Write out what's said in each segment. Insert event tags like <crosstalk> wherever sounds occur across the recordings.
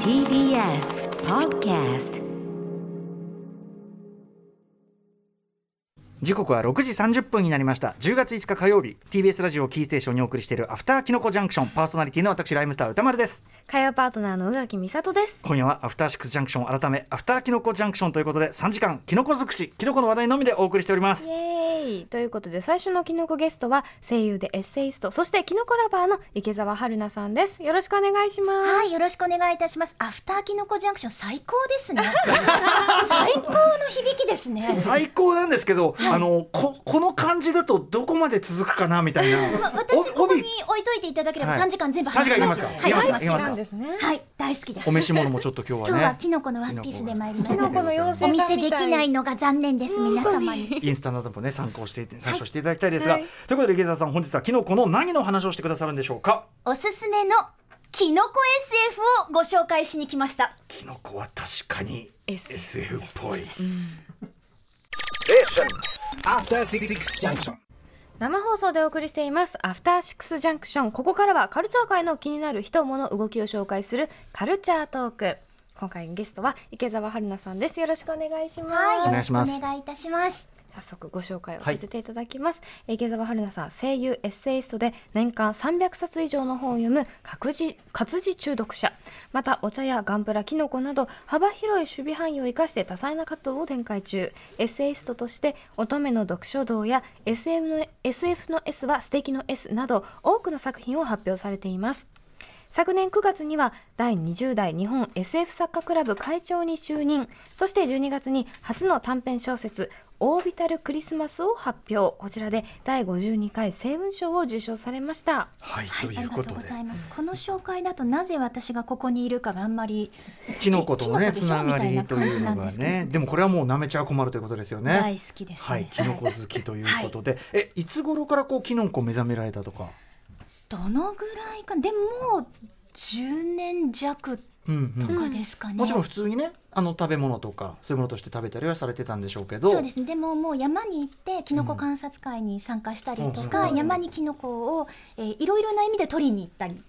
TBS Podcast 時刻は6時30分になりました10月5日火曜日 TBS ラジオをキーステーションにお送りしているアフターキノコジャンクションパーソナリティの私ライムスター歌丸です火曜パートナーの宇垣美里です。今夜はアフターシックスジャンクション改めアフターキノコジャンクションということで3時間キノコ尽くしキノコの話題のみでお送りしておりますイエーイということで最初のキノコゲストは声優でエッセイストそしてキノコラバーの池澤春菜さんです。よろしくお願いします。はい、よろしくお願いいたします。アフターキノコジャンクション最高です <laughs> ね。最高の響きですね。最高なんですけど、あのここの感じだとどこまで続くかなみたいなま私おここに置いといていただければはい3時間全部話します。 3時間いけはい、まはすいかいけますかなんですね。はい大好きです。お今召し物もちょっと今日日はねはキノコのワンピースで参りましキノコた。の妖お精見せできないのが残念です皆様に。インスタなどもね参考していて参照していただきたいですが、はいということで池澤さん本日はキノコの何の話をしてくださるんでしょうかおすすめのキノコ SF をご紹介しに来ました。キノコは確かに SF SF っぽい生放送でお送りしていますアフターシックスジャンクションここからはカルチャー界の気になる人物動きを紹介するカルチャートーク今回のゲストは池澤春菜さんですよろしくお願いします、はい、およ願ろいししくまおす願いいたします。早速ご紹介をさせていただきます、えー池澤春菜さん声優エッセイストで年間300冊以上の本を読む活字活字中毒者またお茶やガンプラキノコなど幅広い守備範囲を生かして多彩な活動を展開中エッセイストとして乙女の読書道や SF の SF の S は素敵の S など多くの作品を発表されています昨年9月には第20代日本 SF 作家クラブ会長に就任そして12月に初の短編小説「オービタルクリスマス」を発表こちらで第52回星雲賞を受賞されましたはい、はい、といありうがことうごでざいます。この紹介だとなぜ私がここにいるかがあんまりキノコとのねキつノなコでしがょりみたといな感いうじなのんがですけどねでもこれはもう舐めちゃ困るということですよね大好きですね。はい、キノコ好きということで、えいつ頃からこうキノコ目覚められたとかどのぐらいかでも10年弱うんうとんかですかね、もちろん普通にねあの食べ物とかそういうものとして食べたりはされてたんでしょうけどそうですねでももう山に行ってキノコ観察会に参加したりとうんか、うん山にキノコを、えーいろいろな意味で取りに行ったり、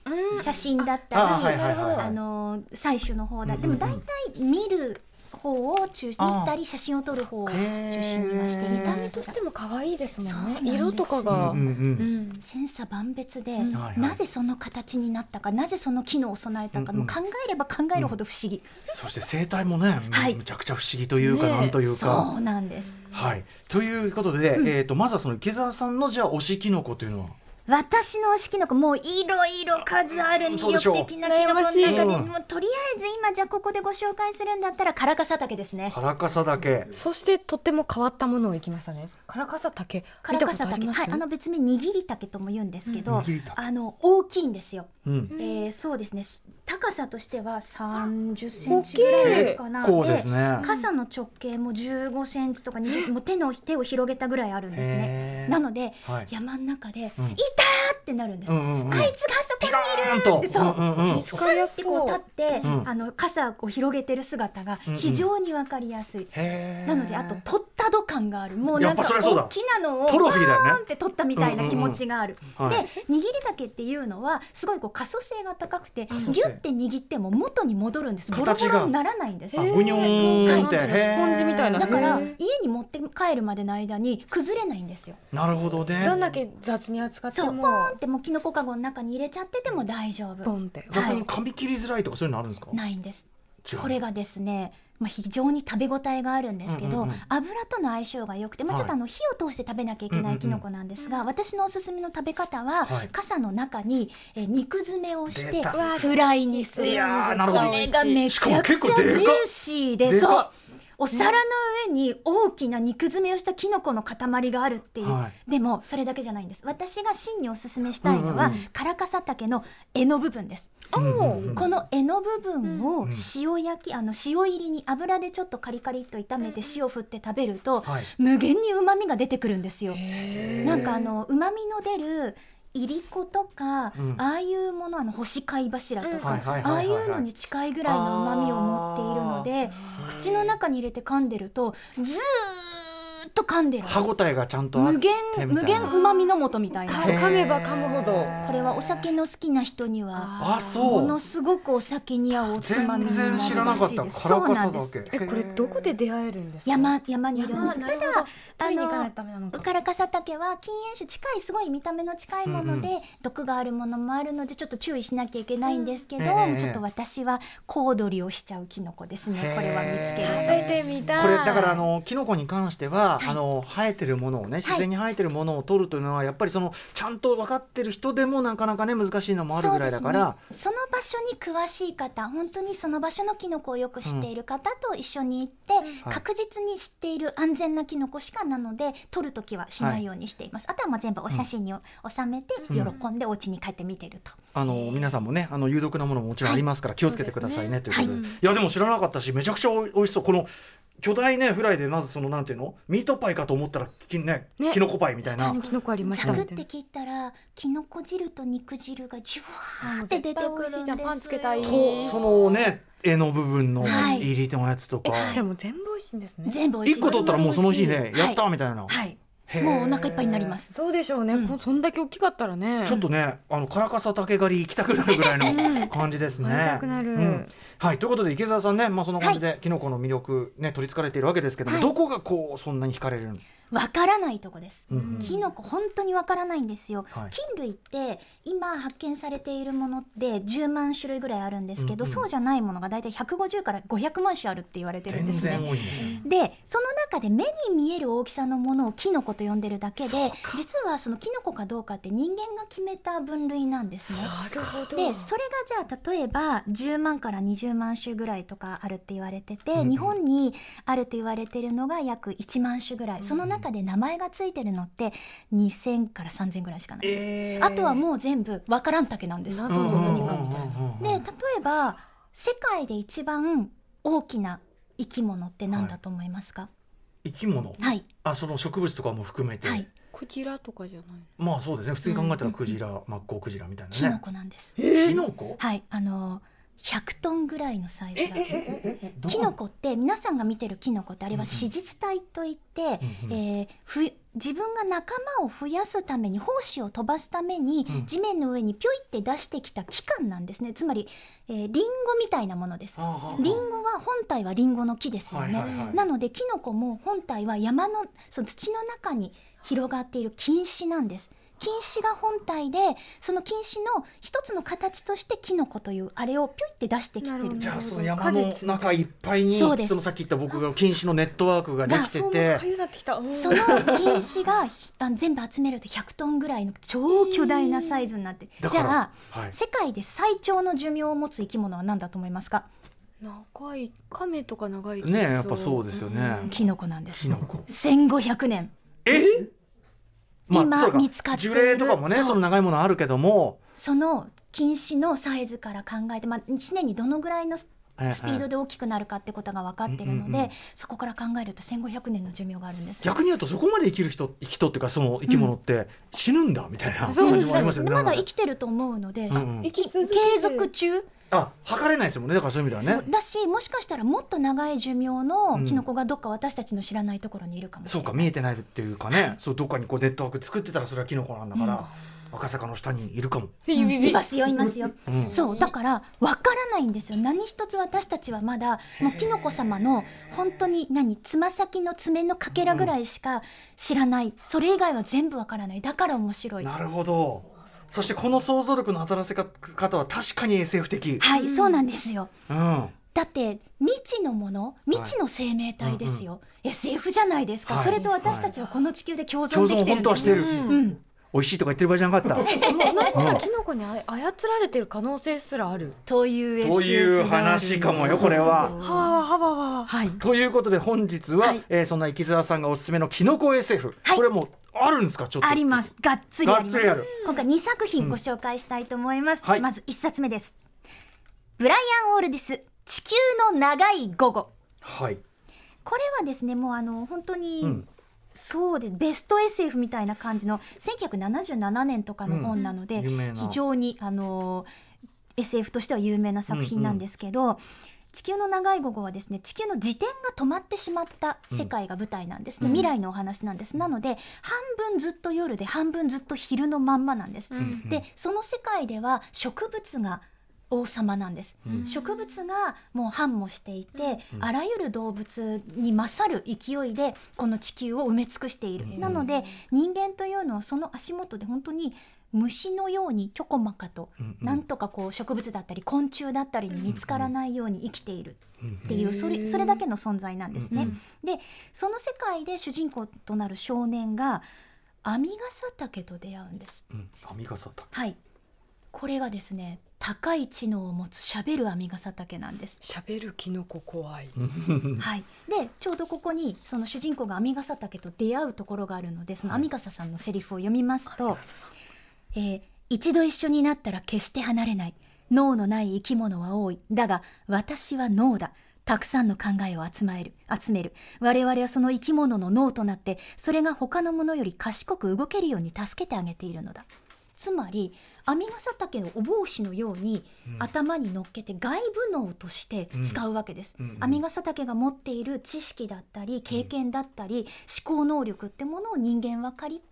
写真だったりあはいはいはいはいあのー採取の方だ、うんでうんうもん大体見る方を中あー見たり写真を撮る方を中へー心にはしていた見りた目とかも可愛いですもんね色とかうんがうんうん千差万別で、んはいはいなぜその形になったかなぜその機能を備えたか、うんうもんう考えれば考えるほど不思議、そして生態もね、はいむちゃくちゃ不思議というか、ねえなんというそかうなんですはいということで、えっ、とまずはその池澤さんのじゃあ推しキノコというのは私の推しキノコもういろいろ数あるそう魅でしょう力的なキノコの中で羨ましいもうとりあえず今じゃあここでご紹介するんだったらカラカサタケですねカラカサだけそしてとっても変わったものをいきましたねカラカサ竹カラカサタケはいあの別名握りタケとも言うんですけうど、ん握りタケあの大きいんですよ、うんえーそうですね高さとしては30センチぐらいあるかな結構ですね傘の直径も15センチとか20もう手の手を広げたぐらいあるんですへねーなので、はい山の中で、うんいたーってなるんです、うんうんうんあいつがあそこにいるーンとそううんうんうん見つスかりやッすてそこうう立って、うんあの傘をこう広げてる姿がうんうん非常にわかりやすい、へーなのであと取った度感があるもうなんかやっぱそりゃそうだ大きなのをトロフィーだよねバーンって取ったみたいな気持ちがある、うんうんうんはいで握り竹っていうのはすごいこう可塑性が高くてギ可塑性ュッて握っても元に戻るんですボロ形ボがロにならないんですあぐにょーんってへースポンジみたいなだからへ家ーに持って帰るまでの間に崩れないんですよなるほどねどんだけ雑に扱ってそうポもーンってもうキノコカゴの中に入れちゃってても大丈ボ夫ンって逆に噛み切りづらいとかそういうのあるんですか、ないんです違うこれがですね、まあ、非常に食べ応えがあるんですけうど、んうんうん油との相性が良くて、まあ、はいちょっとあの火を通して食べなきゃいけうんうんなうんいキノコなんですが、私のおすすめの食べ方は、はい傘の中にえー肉詰めをし出てたうわフライにするいやーなるほどこれがめちゃくちしかも結構でゃかっジューシーででかっそうお皿の上に大きな肉詰めをしたキノコの塊があるっていう、はでもそれだけじゃないんです私が真におすすめしたいのは、うんうんカラカサタケの柄の部分ですうんうんうんこの柄の部分うんを塩焼き、あの塩入りに油でちょっとカリカリっと炒めて塩振って食べると、はい無限に旨味が出てくるんですよ。なんかあの旨味の出るいりことか、うんああいうものあの干し貝柱とうんはいか、はいはいあはあいいはいうのに近いぐらいの旨味を持っているので口の中に入れて噛んでるとずーっと噛んでる歯ごたえがちゃんとあって無みた限いな無限うまみの素みたいなへー噛めば噛むほどこれはお酒の好きな人にはあもそのうすごくお酒に合うおつまみ全然になるらし知いらなかったでカすラそうカなサんだですけえこれどこで出会えるんですか山山にいるんで山すなたるだほど取りに行かないとダメなのウかカラカサタケは禁煙種近いすごい見た目の近いもので、うん毒があるものもあるのでちょっと注意しなきゃいけないんですけど、うんええちょっと私は小躍りをしちゃうキノコですねへーこれは見つけ食るべてみたいこれだからあのキノコに関しては、あの生えてるものをね自然に生えてるものを取るというのはやっぱりそのちゃんと分かってる人でもなかなかね難しいのもあるぐらいだからそうですね、その場所に詳しい方本当にその場所のキノコをよく知っている方と一緒に行って、はい確実に知っている安全なキノコしかなので取るときはしないようにしています、あとはもう全部お写真に収めてう喜んんでお家に帰って見てると、あの皆さんもねあの有毒なものももちろんありますから気をつけてくださいねとそういうでこすねとではいいやでも知らなかったしめちゃくちゃ美味しそうこの巨大ねフライでまずそのなんていうのミートパイかと思ったらきねねキノコパイみたいな下にキノコありましジたャクみったていな聞いたらきのこ汁と肉汁がジュワーって出て絶く対美味しいるんですじゃよんパンつけたいとそのね絵の部分のはい入り手のやつとかえじゃあもう全部美味しいんですね全部美味し一い個取ったらもうその日ねはいやったみたいなはい、へーもうお腹いっぱいになりますそうでしょうね、うんこそんだけ大きかったらねちょっとね、あのカラカサ竹狩り行きたくなるぐらいの感じですね。行きたくなるうんはい、ということで池澤さんね、まあそんな感じで、キノコの魅力ね取り憑かれているわけですけども、はいどこがこうそんなに惹かれるの？わからないとこです、うんうんキノコ本当にわからないんですよ、はい菌類って今発見されているものって10万種類ぐらいあるんですけど、うんうんそうじゃないものが大体150から500万種あるって言われてるん全ですね然多いんですよ。でその中で目に見える大きさのものをキノコと呼んでるだけで実はそのキノコかどうかって人間が決めた分類なんですね。なるほどでそれがじゃあ例えば10万から20万種ぐらいとかあるって言われてて、うんうん日本にあると言われてるのが約1万種ぐらい、その中で名前がついてるのって2000から3000ぐらいしかないでえす、あとはもう全部わからん竹なんです謎でうの何かかみたいな例えば世界で一番大きな生き物って何だと思いますか、生き物、はい、あその植物とかも含めて、はいこちらとかじゃないまあそうですね。普通に考えたらクジラ、マッコウクジラみたいキなノね。コなんです、キノコ？はいあの100トンぐらいのサイズがどこキノコって皆さんが見てるキノコってあれは子実体といって、うんうんえーふ自分が仲間を増やすために胞子を飛ばすためにうん地面の上にピョイって出してきた器官なんですねつまり、えーリンゴみたいなものですあ。あああリンゴは本体はリンゴの木ですよね、はいはいはいなのでキノコも本体は山のその土の中に広がっている菌糸なんです菌糸が本体でその菌糸の一つの形としてキノコというあれをピョイって出してきてなるほどるじゃあその山の中いっぱいに、そうですそのさっき言った僕が禁止のネットワークができてそうてか、ゆなってきたうんその菌糸がひあの全部集めると100トンぐらいの超巨大なサイズになってだじからゃあ、はい世界で最長の寿命を持つ生き物は何だと思いますか長い亀とか長いねえやっぱそうですよねんキノコなんですキノコ。 1500年え今そうか見つかっている樹齢とかもねそそうの長いものあるけどもその菌糸のサイズから考えて、まあ、1年にどのぐらいのスええピードで大きくなるかってことが分かってるのうんうんうんでそこから考えると1500年の寿命があるんです逆に言うとそこまで生きる人人っていうかその生き物って死ぬんだみたいなそう感じもありますよね。まだなん生かきてると思うので、うんうんき継続中あ測れないですもんねだからそういう意味ではそうね。だしもしかしたらもっと長い寿命のキノコがどっか私たちの知らないところにいるかもしそれうない、か見えてないっていうかねそうどっかにこうネットワーク作ってたらそれはキノコなんだから、赤坂の下にいるかも。ビビビいますよいますよ、うんそうだからわからないんですよ何一つ私たちはまだもうキノコ様の本当に何つま先の爪のかけらぐらいしか知らない、それ以外は全部わからないだから面白いなるほど。そしてこの想像力の働かせ方は確かに SF 的。はい、そうなんですようん。だって未知のもの未知の生命体ですよ、SF じゃないですか、はいそれと私たちはこの地球で共共存存できてる本ん当ではすしてる。うん美味しいとか言ってる場合じゃなかった。なんならキノコにあ操られてる可能性すらあるという SF という話かもよこれは。はあはあはあははいということで本日は、はいえーそんな池澤さんがおすすめのキノコ SF、はいこれもうあるんですかちょっとあります。がっつりあります。がっつりある今回2作品ご紹介したいと思います。うんはいまず1冊目です。ブライアン・オールディス、地球の長い午後。はい、これはですね、もうあの、本当に、うんそうですベスト SF みたいな感じの1977年とかの本なので、うん有名な非常にあの SF としては有名な作品なんですけど、地球の長い午後はですね地球の自転が止まってしまった世界が舞台なんですね、未来のお話なんですなので半分ずっと夜で半分ずっと昼のまんまなんです、んでその世界では植物が王様なんです、うん植物がもう繁茂していて、あらゆる動物に勝る勢いでこの地球を埋め尽くしている、うんなので人間というのはその足元で本当に虫のようにちょこまかと、うんなんとかこう植物だったり昆虫だったりに見つからないように生きているっていう、うんそれそれだけの存在なんですね。うんでその世界で主人公となる少年がアミガサタケと出会うんです。うん、編みがさた。はい。これがですね、高い知能を持つ喋るアミガサタケなんです。喋るキノコ怖い。はい。で、ちょうどここにその主人公がアミガサタケと出会うところがあるので、そのアミガサさんのセリフを読みますと、えー一度一緒になったら決して離れない。脳のない生き物は多い。だが、私は脳だ。たくさんの考えを集まえる、集める。我々はその生き物の脳となって、それが他のものより賢く動けるように助けてあげているのだ。つまりアミガサタケのお帽子のように、頭に乗っけて外部脳として使うわけです、うんうんアミガサタケが持っている知識だったり経験だったり、思考能力ってものを人間は借りて、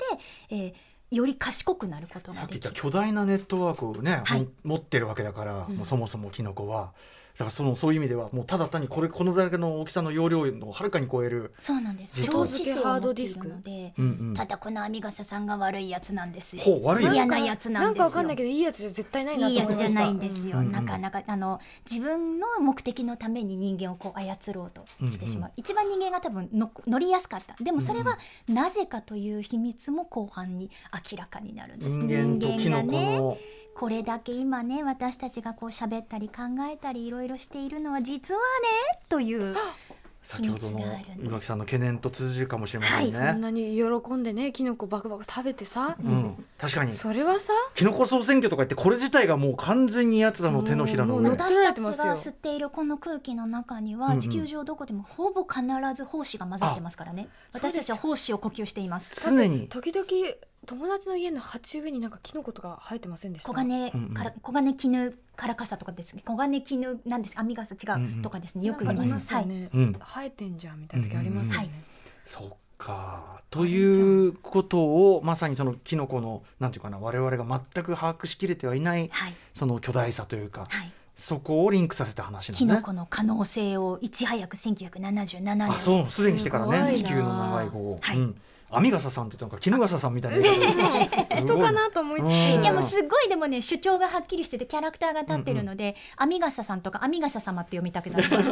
えーより賢くなることさがっき言でったきる巨大なネットワークをね、はいも持ってるわけだから、うんもうそもそもキノコはだからそのそういう意味ではもうただ単にこれこのだけの大きさの容量をはるかに超える、そうなんです自超動知付け性ハをー持ドってディいスるクのでうんうん、ただこのアミガサさんが悪いやつなんですよほう悪いいよや嫌なやつなんなですよんかわかんないけどいいやつじゃ絶対ないなといい思いやましつた。じゃないんですよ、うんうんなかなかあの自分の目的のために人間をこう操ろうとしてしまう、うん一番人間が多分の乗りやすかったでもそれはなぜかという秘密も後半に明らかになるんです人間とキノコ人間がねの、これだけ今ね私たちがこう喋ったり考えたりいろいろしているのは実はねという先ほどの秘密があるんです岩木さんの懸念と通じるかもしれませんね、そんなに喜んでねキノコバクバク食べてさ、うん、確かにそれはさキノコ総選挙とか言ってこれ自体がもう完全にやつらの手のひらのも上うもう取ら私れたてちまがすよ吸っているこの空気の中にうんはうん地球上どこでもほぼ必ず胞子が混ざってますからねあそう私ですよたちは胞子を呼吸しています常に時々友達の家の鉢植えになんかキノコとか生えてませんでした。黄金うんうんから黄金絹からかさとかですね黄金絹なんです編み笠違うんうんうとかですねよくな言んいかまいすますよはいね。うん生えてんじゃんみたいな時ありますよね。そっかということをまさにそのキノコのなんていうかな我々が全く把握しきれてはいないはいその巨大さというかはいそこをリンクさせた話キなノんでコの可能性をいち早く1977年あそうすでにしてからねす地ごいな球の長い号を、はいうん、網笠さんって言ったのか衣笠さんみたいな人かなと思いつつ、うんいやもうすっごいでもね主張がはっきりしててキャラクターが立ってるので編み笠さんとか編み笠様って読みたくなります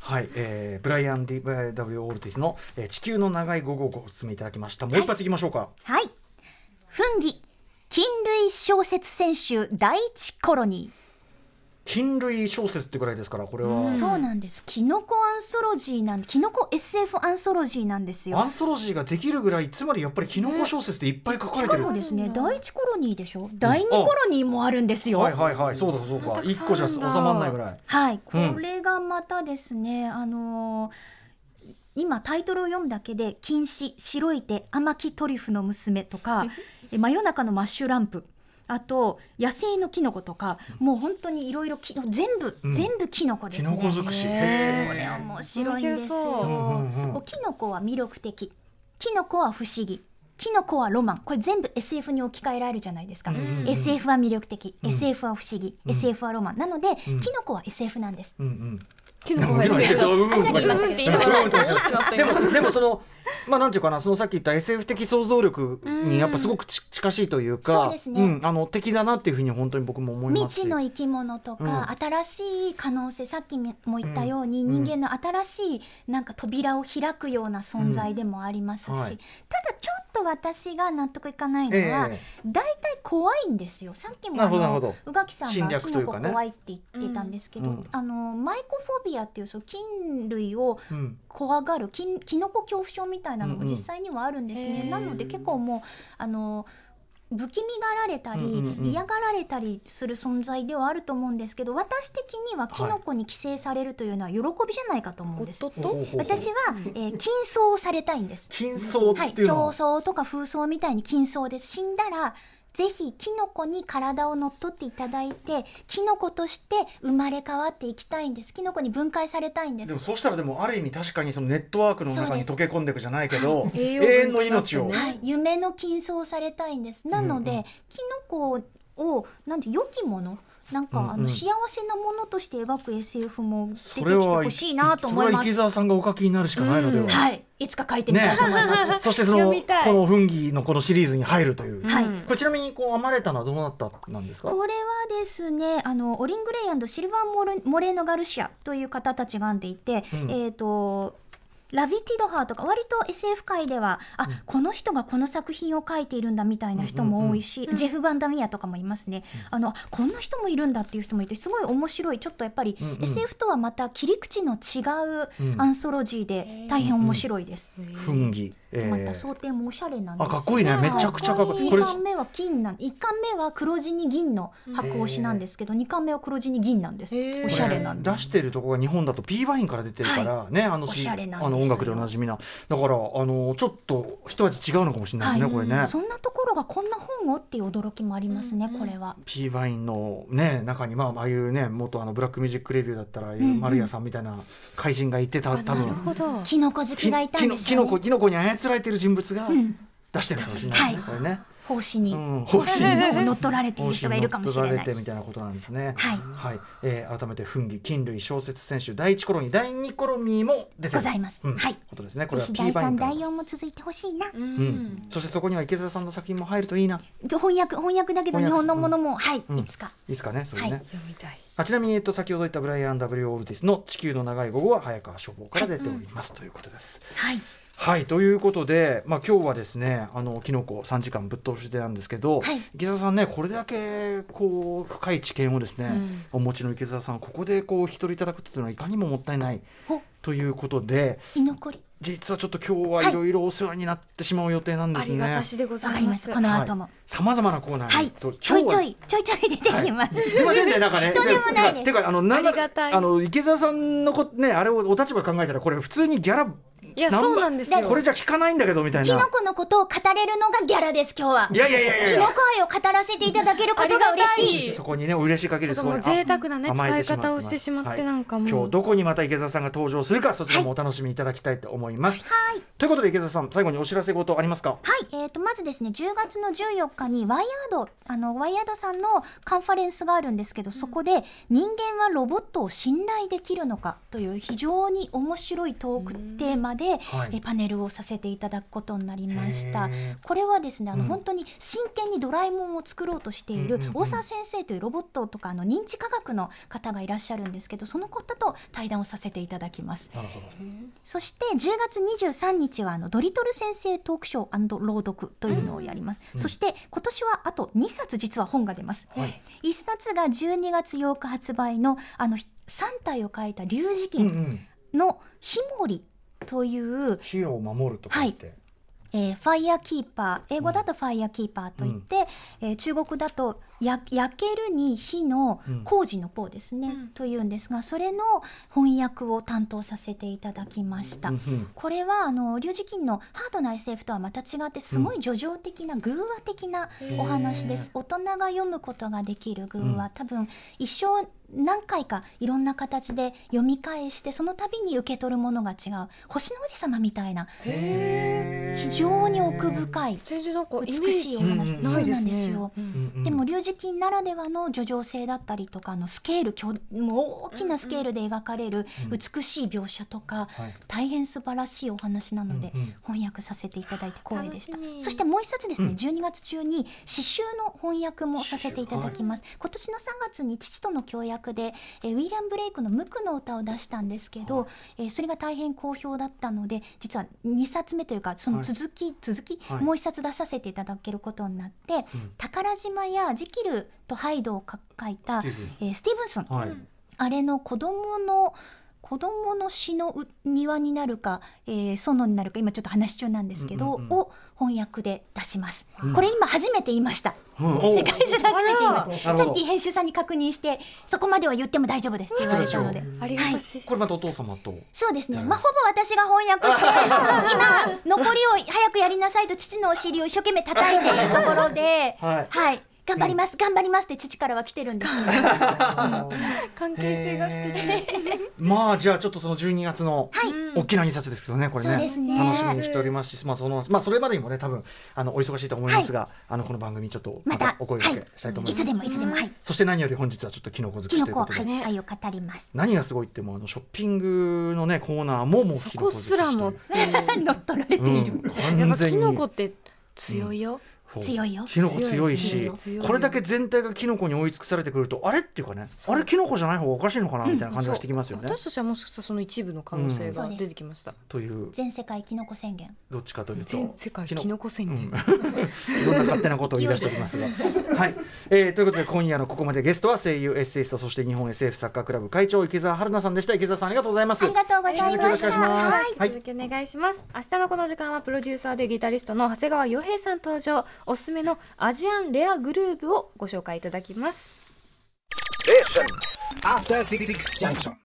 はい、えー、ブライアン・ディ W ・オルティスの、えー「地球の長い午後」をご進めいただきましたもう一発いきましょうか、はいフンギ菌類小説選集第一コロニー菌類小説ってぐらいですからこれは、そうなんですキノコアンソロジーなんキノコ SF アンソロジーなんですよアンソロジーができるぐらいつまりやっぱりキノコ小説でいっぱい書かしれかてる、もですねあるんだ第一コロニーでしょ第二コロニーもあるんですよ、はいはいはいそうだそうあかたく一さん個じゃ収まらないぐらいはい、うこんれがまたですね、あのー今タイトルを読むだけで「禁止白い手甘きトリュフの娘」と <laughs> か「え真夜中のマッシュランプ」あと「野生のキノコ」とかもう本当にいろいろき全部、うん全部キノコでキすノね。コ尽くしねへーこれは面白いん面ですよ。白そううんうんうんこうキノコは魅力的キノコは不思議キノコはロマンこれ全部 SF に置き換えられるじゃないですか、んうんうん SF は魅力的、SF は不思議、ん SF はロマンなので、うんキノコは SF なんです、うんうんキでノコも生えでもてる。うんうんあさっき言いましたうんって言いけなどがら、おーってなったで今。 <laughs> もでもそのまあなんていうかなそのさっき言った SF 的想像力にやっぱすごくち近しいというかそうですねん、あの敵だなっていうふうに本当に僕も思います未知の生き物とか、新しい可能性さっきも言ったように、うん人間の新しいなんか扉を開くような存在でもありますし、うんはいただちょっと私が納得いかないのは、え大体怖いんですよさっきもなあるほどなるほのど宇垣さ侵んが略キといノうコかね怖いって言ってたんですけど、うんうんあのマイコフォビアっていうその菌類をえうん怖がるキンキノコ恐怖症みたいなのうもんうん実際にはあるんですね、へーなので結構もうあの不気味がられたり、うんうんうん嫌がられたりする存在ではあると思うんですけど私的にはキノコに寄生されるというのは喜びじゃないかと思うんです、夫ほうほとうほう私は、えー、金層をされたいんです金層はっい、ていうの彫は層とか風層みたいに金層で死んだらぜひキノコに体を乗っ取っていただいてキノコとして生まれ変わっていきたいんですキノコに分解されたいんですでもそうしたらでもある意味確かにそのネットワークの中にそ溶うけ込んでいくじゃないけど、栄養永分遠の命を、となってねはい、夢の金層をされたいんですなので、うんうんキノコをなんて良きものなんか、うんうんあの幸せなものとして描く SF も出てそきれてはほしいなと思いそれまはす池澤さんがお書きになるしかないのでは、うんはいいつか書いてみたいと思います、ね、そしてそ読のみたいこのフンギのこのシリーズに入るという、うんはいこれちなみにこう編まれたのはどうなったなんですかこれはですねあのオリングレイシルバーモレ・モレーノ・ガルシアという方たちが編んでいて、うんえっ、とラビティドハーとか割と SF 界ではあ、この人がこの作品を書いているんだみたいな人も多いし、うんうんうんジェフ・バンダミアとかもいますね、あのこんな人もいるんだっていう人もいてすごい面白いちょっとやっぱりうんうん SF とはまた切り口の違ううんアンソロジーで大変面白いです。フンギ、えまーた想定もおしゃれなんであすかっこいいねうんめちゃくちゃかっこいい2これ巻目は金なん1巻目は黒地に銀の箔押しなんですけど、二2巻目は黒地に銀なんです、へーおしゃれなんで出してるとこが日本だと P ワインから出てるから、ねあのおしゃれなんですよあの音楽でおなじみなだからあのちょっと一味違うのかもしれないですね、はいこれねすそんなところがこんな本をっていう驚きもありますね、うんうんこれは P ワインのね中にまあああいうね元あのブラックミュージックレビューだったら、ああいうんうん丸谷さんみたいな怪人がいてたあ多なる分ほど。キノコ好きがいたんですきよのねこきのこに操られている人物がうん出してるかもしれないですね、これね。奉仕に、うん奉仕キノコを乗っ取られている人がいるかもしれ方針に取ないられてみたいなことなんですね。はいえー改めてフンギ菌類小説選手第一コロニー第二コロニーも出てるございますうんはいことですね。これぜはひ P 第バイン3から第4も続いてほしいな、ううんん。そしてそこには池澤さんの作品も入るといいな。翻訳翻訳だけど翻訳日本のものも、はい、うんいつかいいですかね。それね。はい読みたい。あちなみにえっと先ほど言ったブライアン W オルティスの地球の長い午後は早川書房から出ております、ということです。はいはいということで、まあ、今日はですねあのキノコ3時間ぶっ通してなんですけど、はい池澤さんねこれだけこう深い知見をですね、んお持ちの池澤さんここでこうお一人いただくというのはいかにももったいないおということで居残り実はちょっと今日はいろいろお世話になってしまう予定なんであすりね。がたしでごわざかいりまましすたこ。の後もはさまざまなコーナーい、にと、ちょいちょ今いちょいちょい出てきます、日はすいませんねなんかねとんでもないですてかてかあのなんだありがたいあの池澤さんのこねあれをお立場考えたらこれ普通にギャラいやナンバーそうなんですよこれじゃ聞かないんだけどみたい <laughs> キノな。コのことを語れるのがギャラです今日はいやいやいやいやいキやノコ愛を語らせていただけることが嬉しい。そこにね嬉しい限りちすょっとごもいう贅沢なねあ甘えて使い方をましてしまってはいなんかもう今日どこにまた池澤さんが登場するかそちらもお楽しみいただきたいと思います、はい。ということで池澤さん最後にお知らせ事ありますかはい、えー、とまずですね10月の14日にワイヤードあのワイヤードさんのカンファレンスがあるんですけどそこで「人間はロボットを信頼できるのか」という非常に面白いトークテーマで、はいえパネルをさせていただくことになりましたへーこれはですねあの、うん本当に真剣にドラえもんを作ろうとしているうんうんうん大沢先生というロボットとかあの認知科学の方がいらっしゃるんですけどその方と対談をさせていただきます。なるほどそして10月23日はあのドリトル先生トークショー朗読というのをやります、そして今年はあと2冊実は本が出ます、はい一1冊が12月8日発売のあの3体を書いた龍磁うんう金んの「ひもり」という、火を守ると書いて、えーファイヤーキーパー英語だと「ファイヤーキーパー」といって、えー中国だとや「焼ける」に「火」のうん工事の「工」ですね、うんというんですがそれの翻訳を担当させていただきました。うんうんこれはあの龍磁金のハードな SF とはまた違ってすごい叙情的な偶話的なお話です、大人が読むことができる偶話、うん多分一生何回かいろんな形で読み返してその度に受け取るものが違う星の王子様みたいなへー非常に奥深い全然なんか美イメーしいジお話うでんす、なそういでなすんですね。よ。うんうんうんでも龍磁金ならではの叙情性だったりとかあのスケール巨もう大きなスケールで描かれる美しい描写とか、はい大変素晴らしいお話なので、うんうん翻訳させていただいて光栄でした楽しみそしてもう一冊ですね、うん12月中に詩集の翻訳もさせていただきます、今年の3月に父との協約で、えーウィリアム・ブレイクの「無垢の歌」を出したんですけど、はいえーそれが大変好評だったので実は2冊目というかその続き、続き、はいもう一冊出させていただけることになって、ん宝島やジキルとハイドを書いたスティーブンソンえースティーブンソンはい、あれの子供の子どもの詩のう庭になるか、えー、園になるか今ちょっと話し中なんですけど、うんうんうんを翻訳で出します、うんこれ今初めて言いましたうんお世界中で初めて言いましあらたさっき編集さんに確認してそこまでは言っても大丈夫ですって言われたのでそうでしょうありがたしい。これまたお父様とそうですね、うんまあ、ほぼ私が翻訳して今残りを早くやりなさいと父のお尻を一生懸命叩いているところで <laughs> はいはい頑張ります、頑張りますって父からは来てるんですけど関係性が素敵。へーまあじゃあちょっとその12月のはい大きな2冊ですけどねこれねそうですね楽しみにしておりますし、まあそのまあ、それまでにもね多分あのお忙しいと思いますが、あのこの番組ちょっとままたたお声は掛けしたいと思いいます。つでもいつでもはいそして何より本日はちょっとキノコ尽くキしノというコこを、とはで、い、愛を語ります何がすごいってもうあのショッピングのねコーナーももうそキノコこ尽くしすらもっていう。乗っ取られという、うん、完やっぱキ全にノコって強いよ。そう強いよキノコ強いし強い強いこれだけ全体がキノコに追いつくされてくるとあれっていうかねあれキノコじゃない方がおかしいのかなみたいな感じがしてきますよね。私たちはもしかしたらその一部の可能性が出てきました。という全世界キノコ宣言どっちかというと全世界キノコ宣うん <laughs> 言。いろんな勝手なことを言い出しておりますが。 <laughs> はい、えーということで今夜のここまでゲストは声優エッセイストそして日本 SF サッカークラブ会長池澤春菜さんでした池澤さんありがとうございます。ありがとうございました引き続きよろしくお願いします。はいはい続きお願いします明日のこの時間はプロデューサーでギタリストの長谷川洋平さん登場おすすめのアジアンレアグルーブをご紹介いただきます After Six Junction.